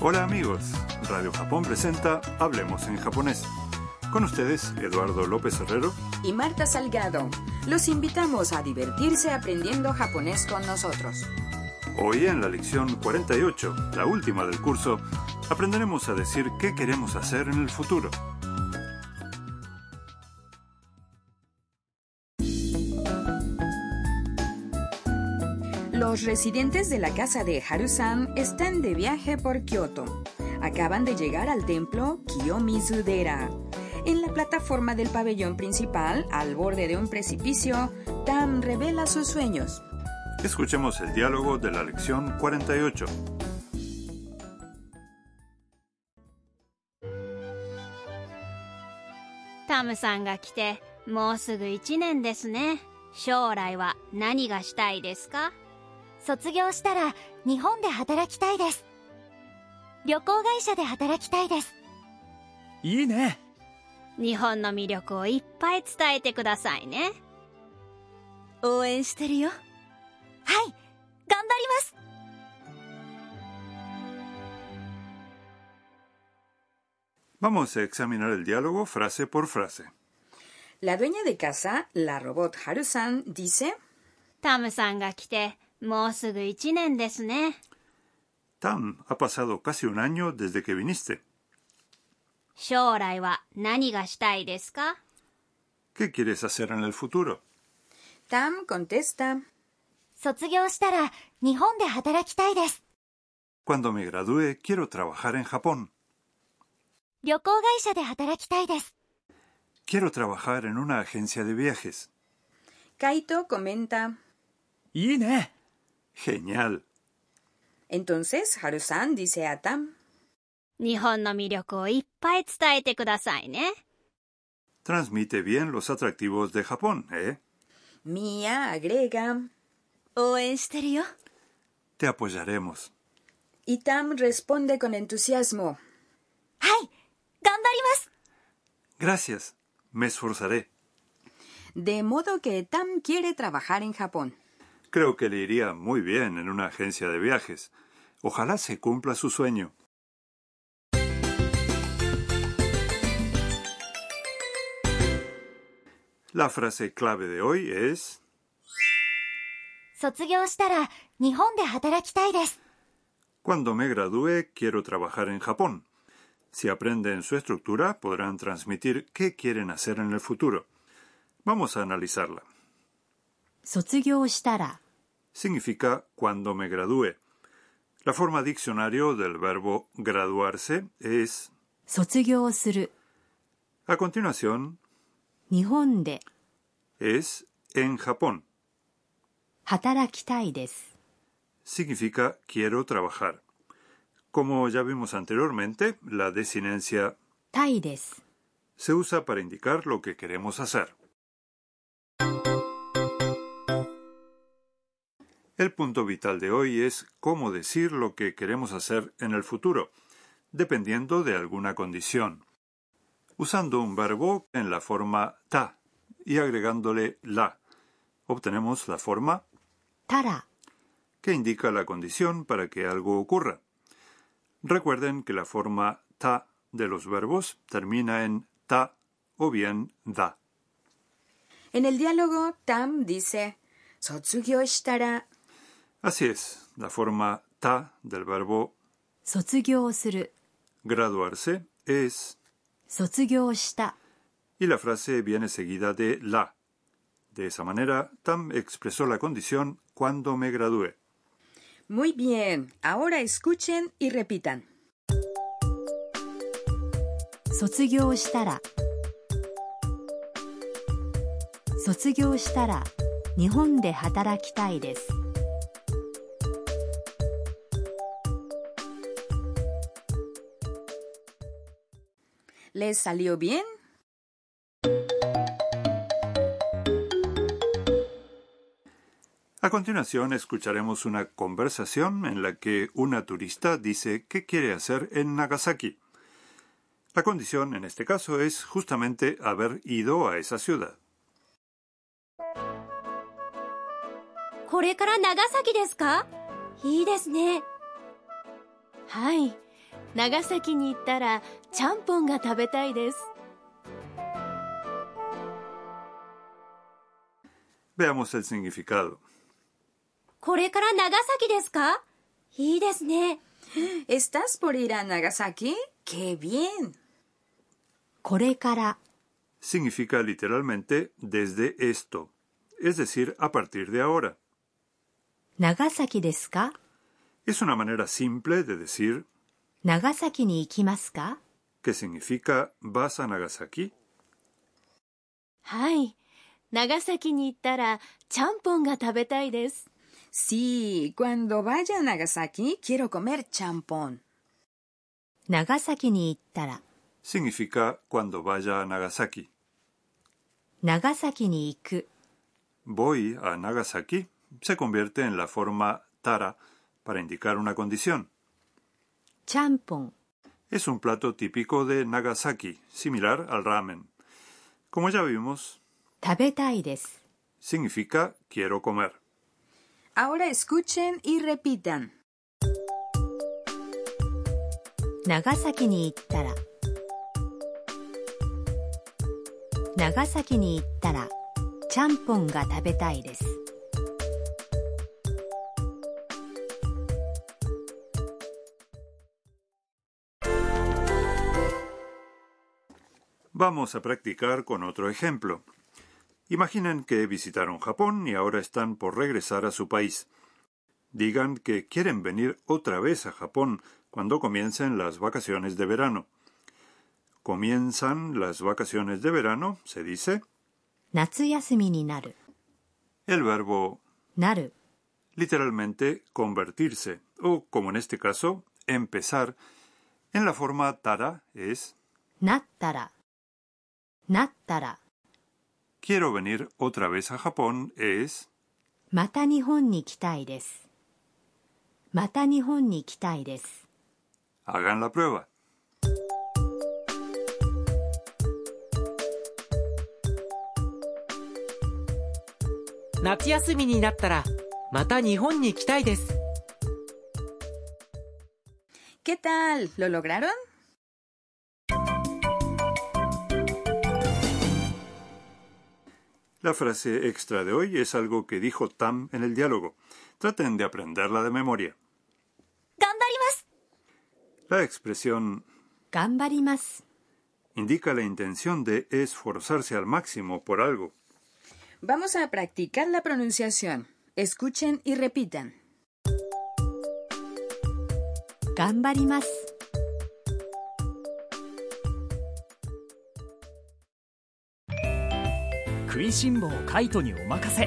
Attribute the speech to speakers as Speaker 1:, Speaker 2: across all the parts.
Speaker 1: Hola amigos, Radio Japón presenta Hablemos en japonés. Con ustedes, Eduardo López Herrero.
Speaker 2: y Marta Salgado. Los invitamos a divertirse aprendiendo japonés con nosotros.
Speaker 1: Hoy en la lección 48, la última del curso, aprenderemos a decir qué queremos hacer en el futuro.
Speaker 2: Los residentes de la casa de Harusan están de viaje por Kioto. Acaban de llegar al templo Kiyomizudera. En la plataforma del pabellón principal, al borde de un precipicio, Tam revela sus sueños.
Speaker 1: Escuchemos el diálogo de la lección 48.
Speaker 3: タムさんが来てもうすぐ1年ですね将来は何がしたいですか
Speaker 4: 卒業したら日本で働きたいです旅行会社で働きたいです
Speaker 5: いいね
Speaker 3: 日本の魅力をいっぱい伝えてくださいね応援してるよ
Speaker 4: はい頑張ります
Speaker 1: Vamos a examinar el diálogo frase por frase.
Speaker 2: La dueña de casa, la robot Harusan, dice,
Speaker 3: タムさんが来てもうすぐ1年ですね
Speaker 1: Tam, ha pasado casi un año desde que viniste.
Speaker 3: 将来は何がしたいですか
Speaker 1: ¿Qué quieres hacer en el futuro?
Speaker 2: Tam contesta,
Speaker 4: 卒業したら日本で働きたいです
Speaker 1: Cuando me gradúe quiero trabajar en Japón.
Speaker 4: 旅行会社で働きたいです
Speaker 1: Quiero trabajar en una agencia de viajes.
Speaker 2: Kaito comenta.
Speaker 5: いいね
Speaker 1: Genial.
Speaker 2: Entonces Harusan dice a Tam,
Speaker 3: 日本の魅力をいっぱい伝えてくださいね
Speaker 1: Transmite bien los atractivos de Japón, ¿eh?
Speaker 2: Mia agrega,
Speaker 3: 応援してるよ
Speaker 1: Te apoyaremos.
Speaker 2: y Tam responde con entusiasmo.
Speaker 4: はい頑張ります
Speaker 1: Gracias. Me esforzaré.
Speaker 2: De modo que Tam quiere trabajar en Japón.
Speaker 1: Creo que le iría muy bien en una agencia de viajes. Ojalá se cumpla su sueño. La frase clave de hoy es
Speaker 4: 卒業したら日本で働きたいです
Speaker 1: Cuando me gradúe quiero trabajar en Japón. Si aprenden su estructura podrán transmitir qué quieren hacer en el futuro. Vamos a analizarla.
Speaker 6: 卒業したら
Speaker 1: significa cuando me gradúe. La forma diccionario del verbo graduarse es
Speaker 6: 卒業する
Speaker 1: a continuación
Speaker 6: 日本で
Speaker 1: es en Japón.
Speaker 6: 働きたいです
Speaker 1: Significa quiero trabajar. Como ya vimos anteriormente, la desinencia
Speaker 6: たいです
Speaker 1: se usa para indicar lo que queremos hacer. El punto vital de hoy es cómo decir lo que queremos hacer en el futuro, dependiendo de alguna condición, usando un verbo en la forma ta y agregándole la. Obtenemos la forma
Speaker 6: たら
Speaker 1: que indica la condición para que algo ocurra. Recuerden que la forma ta de los verbos termina en ta o bien da.
Speaker 2: En el diálogo, Tam dice, Sotsugyo shitara.
Speaker 1: Así es, la forma ta del verbo
Speaker 6: 卒業する
Speaker 1: graduarse es
Speaker 6: 卒業した
Speaker 1: y la frase viene seguida de la. De esa manera, Tam expresó la condición cuando me gradúe.
Speaker 2: Muy bien, ahora escuchen y repitan.
Speaker 6: 卒業したら卒業したら日本で働きたいです
Speaker 2: ¿Les salió bien?
Speaker 1: A continuación, escucharemos una conversación en la que una turista dice qué quiere hacer en Nagasaki. La condición en este caso es justamente haber ido a esa ciudad.
Speaker 3: これから長崎ですか
Speaker 4: いいですね
Speaker 6: はい
Speaker 7: 長崎に行ったらちゃんぽんが食べたいです
Speaker 1: Veamos el significado.
Speaker 7: これから長崎ですかいいですね
Speaker 2: ¿Estás por ir a Nagasaki? ¡Qué bien!
Speaker 6: これから
Speaker 1: Significa literalmente desde esto, es decir, a partir de ahora.
Speaker 6: 長崎ですか
Speaker 1: Es una manera simple de decir
Speaker 6: 長崎に行きますか
Speaker 1: que significa vas a Nagasaki.
Speaker 7: はい長崎に行ったらちゃんぽんが食べたいです
Speaker 2: Sí, cuando vaya a Nagasaki quiero comer champón.
Speaker 6: 長崎に行ったら
Speaker 1: Significa cuando vaya a Nagasaki.
Speaker 6: 長崎に行く
Speaker 1: Voy a Nagasaki se convierte en la forma tara para indicar una condición.
Speaker 6: ちゃんぽん
Speaker 1: Es un plato típico de Nagasaki, similar al ramen. Como ya vimos,
Speaker 6: 食べたいです
Speaker 1: significa quiero comer.
Speaker 2: Ahora escuchen y repitan.
Speaker 6: 長崎に行ったら長崎に行ったらちゃんぽんが食べたいです
Speaker 1: Vamos a practicar con otro ejemplo. Imaginen que visitaron Japón y ahora están por regresar a su país. Digan que quieren venir otra vez a Japón cuando comiencen las vacaciones de verano. Comienzan las vacaciones de verano, se dice.
Speaker 6: 夏休みになる
Speaker 1: El verbo
Speaker 6: なる
Speaker 1: literalmente convertirse o, como en este caso, empezar, en la forma tara es
Speaker 6: なったらなったら
Speaker 1: quiero venir otra vez a Japón es
Speaker 6: また日本に来たいですまた日本に来たいです
Speaker 1: hagan la prueba.
Speaker 8: 夏休みになったらまた日本に来たいです
Speaker 2: ¿Qué tal? ¿Lo lograron?
Speaker 1: La frase extra de hoy es algo que dijo Tam en el diálogo. Traten de aprenderla de memoria.
Speaker 4: 頑張ります
Speaker 1: La expresión
Speaker 6: 頑張ります
Speaker 1: indica la intención de esforzarse al máximo por algo.
Speaker 2: Vamos a practicar la pronunciación. Escuchen y repitan.
Speaker 6: 頑張ります
Speaker 5: 食いしん坊カイトにお任せ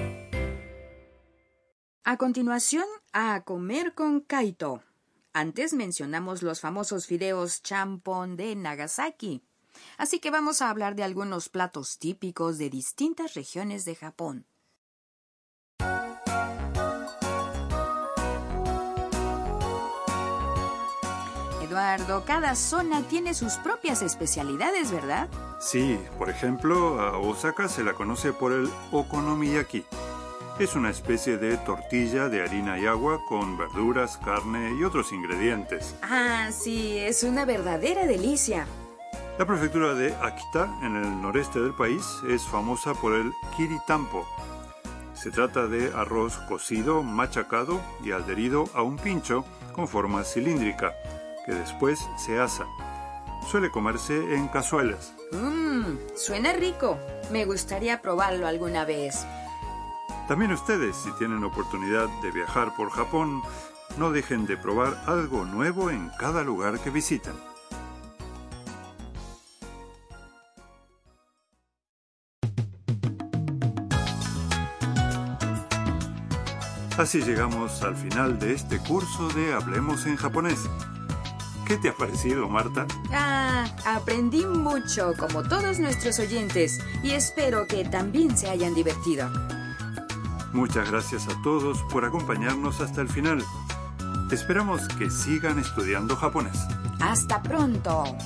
Speaker 2: A continuación, a comer con Kaito. Antes mencionamos los famosos fideos champón de Nagasaki. Así que vamos a hablar de algunos platos típicos de distintas regiones de Japón. Eduardo, cada zona tiene sus propias especialidades, ¿verdad?
Speaker 1: Sí, por ejemplo, a Osaka se la conoce por el okonomiyaki. Es una especie de tortilla de harina y agua con verduras, carne y otros ingredientes.
Speaker 2: Ah, sí, es una verdadera delicia.
Speaker 1: La prefectura de Akita, en el noreste del país, es famosa por el kiritampo. Se trata de arroz cocido, machacado y adherido a un pincho con forma cilíndrica, que después se asa. Suele comerse en cazuelas.
Speaker 2: Mmm, suena rico. Me gustaría probarlo alguna vez.
Speaker 1: También ustedes, si tienen oportunidad de viajar por Japón, no dejen de probar algo nuevo en cada lugar que visiten. Así llegamos al final de este curso de Hablemos en japonés. ¿Qué te ha parecido, Marta?
Speaker 2: Ah, aprendí mucho, como todos nuestros oyentes, y espero que también se hayan divertido.
Speaker 1: Muchas gracias a todos por acompañarnos hasta el final. Esperamos que sigan estudiando japonés.
Speaker 2: ¡Hasta pronto!